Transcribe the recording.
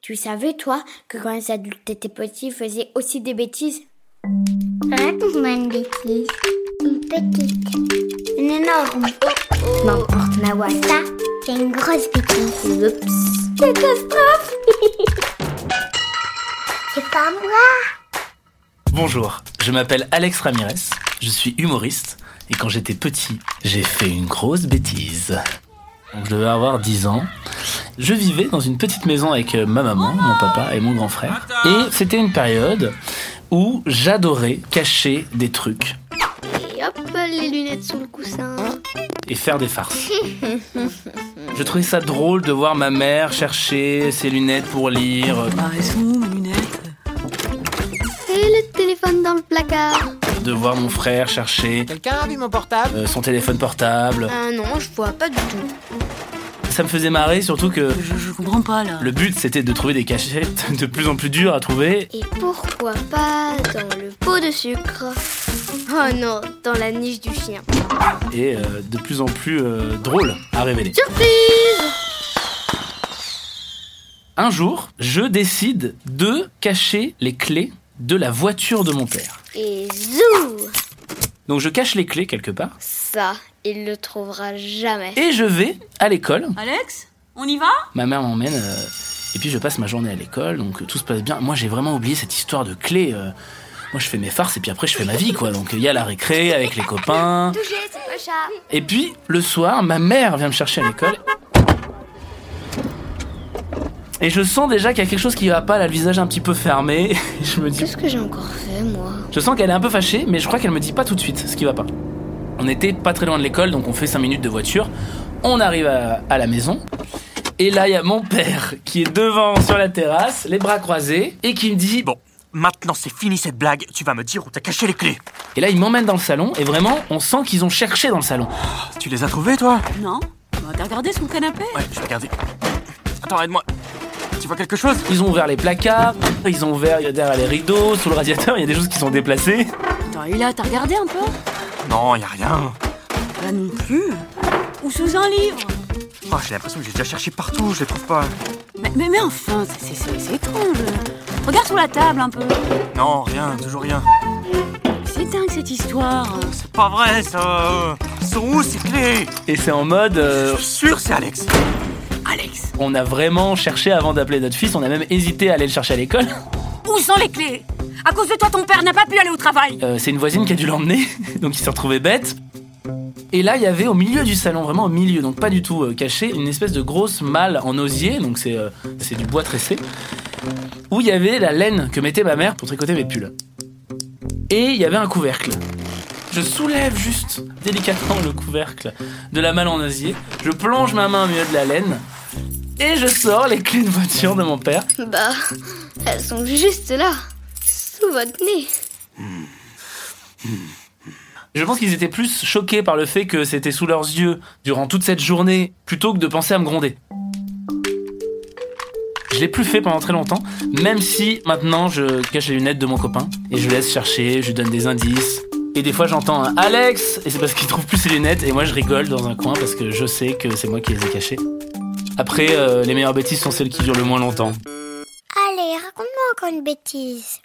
Tu savais, toi, que quand les adultes étaient petits, ils faisaient aussi des bêtises Raconte-moi une bêtise. Une petite. Une énorme. N'importe, Mawa. Ça, c'est une grosse bêtise. Oups. Catastrophe C'est pas moi Bonjour, je m'appelle Alex Ramirez, je suis humoriste et quand j'étais petit, j'ai fait une grosse bêtise. Donc, je devais avoir 10 ans. Je vivais dans une petite maison avec euh, ma maman, mon papa et mon grand frère. Et c'était une période où j'adorais cacher des trucs Et hop, les lunettes sous le coussin. et faire des farces. Je trouvais ça drôle de voir ma mère chercher ses lunettes pour lire, Apparaissent où mes lunettes Et le téléphone dans le placard. de voir mon frère chercher Quelqu'un a vu mon portable euh, son téléphone portable. Ah non, je vois pas du tout. Ça me faisait marrer, surtout que je, je comprends pas là. le but c'était de trouver des cachettes de plus en plus dures à trouver. Et pourquoi pas dans le pot de sucre Oh non, dans la niche du chien. et euh, de plus en plus euh, drôle à révéler. Surprise Un jour, je décide de cacher les clés de la voiture de mon père. Et zou Donc je cache les clés quelque part Ça, il le trouvera jamais. et je vais à l'école. Alex, on y va Ma mère m'emmène euh, et puis je passe ma journée à l'école, donc euh, tout se passe bien. Moi j'ai vraiment oublié cette histoire de clés. euh. moi je fais mes farces et puis après je fais ma vie quoi. Donc il y a la récré avec les copains. Touché, c'est pas chat Et puis, le soir, ma mère vient me chercher à l'école. Et je sens déjà qu'il y a quelque chose qui va pas, elle a le visage un petit peu fermé. je me dis. Qu'est-ce que j'ai encore fait, moi Je sens qu'elle est un peu fâchée, mais je crois qu'elle me dit pas tout de suite ce qui va pas. On était pas très loin de l'école, donc on fait 5 minutes de voiture. On arrive à, à la maison. Et là, il y a mon père qui est devant sur la terrasse, les bras croisés, et qui me dit Bon, maintenant c'est fini cette blague, tu vas me dire où t'as caché les clés. Et là, il m'emmène dans le salon, et vraiment, on sent qu'ils ont cherché dans le salon. Tu les as trouvées toi Non Bah, T'as regardé son canapé Ouais, je vais regarder. Attends, aide-moi. Tu vois quelque chose Ils ont ouvert les placards, ils ont ouvert derrière les rideaux, sous le radiateur, il y a des choses qui sont déplacées. Attends, et là, t'as regardé un peu Non, y a rien. Là non plus. Ou sous un livre. Oh, j'ai l'impression que j'ai déjà cherché partout, je les trouve pas. Mais, mais, mais enfin, c'est- c'est c'est- c'est étrange. Regarde sur la table un peu. Non, rien, toujours rien. C'est dingue cette histoire. C'est pas vrai ça. Ils sont où ces clés Et c'est en mode, euh, Je suis sûr c'est Alex. Alex, on a vraiment cherché avant d'appeler notre fils, on a même hésité à aller le chercher à l'école. où sont les clés À cause de toi, ton père n'a pas pu aller au travail. Euh, c'est une voisine qui a dû l'emmener, donc il s'est retrouvé bête. Et là, il y avait au milieu du salon, vraiment au milieu, donc pas du tout euh, caché, une espèce de grosse malle en osier, donc c'est euh, c'est du bois tressé, où il y avait la laine que mettait ma mère pour tricoter mes pulls. Et il y avait un couvercle. Je soulève juste délicatement le couvercle de la malle en osier, je plonge ma main au milieu de la laine, et je sors les clés de voiture de mon père. Bah, elles sont juste là, sous votre nez. Je pense qu'ils étaient plus choqués par le fait que c'était sous leurs yeux durant toute cette journée, plutôt que de penser à me gronder. Je l'ai plus fait pendant très longtemps, même si maintenant je cache les lunettes de mon copain et je le laisse chercher, je lui donne des indices. Et des fois j'entends un Alex et c'est parce qu'il trouve plus ses lunettes et moi je rigole dans un coin parce que je sais que c'est moi qui les ai cachées. Après, euh, les meilleures bêtises sont celles qui durent le moins longtemps. Allez, raconte-moi encore une bêtise.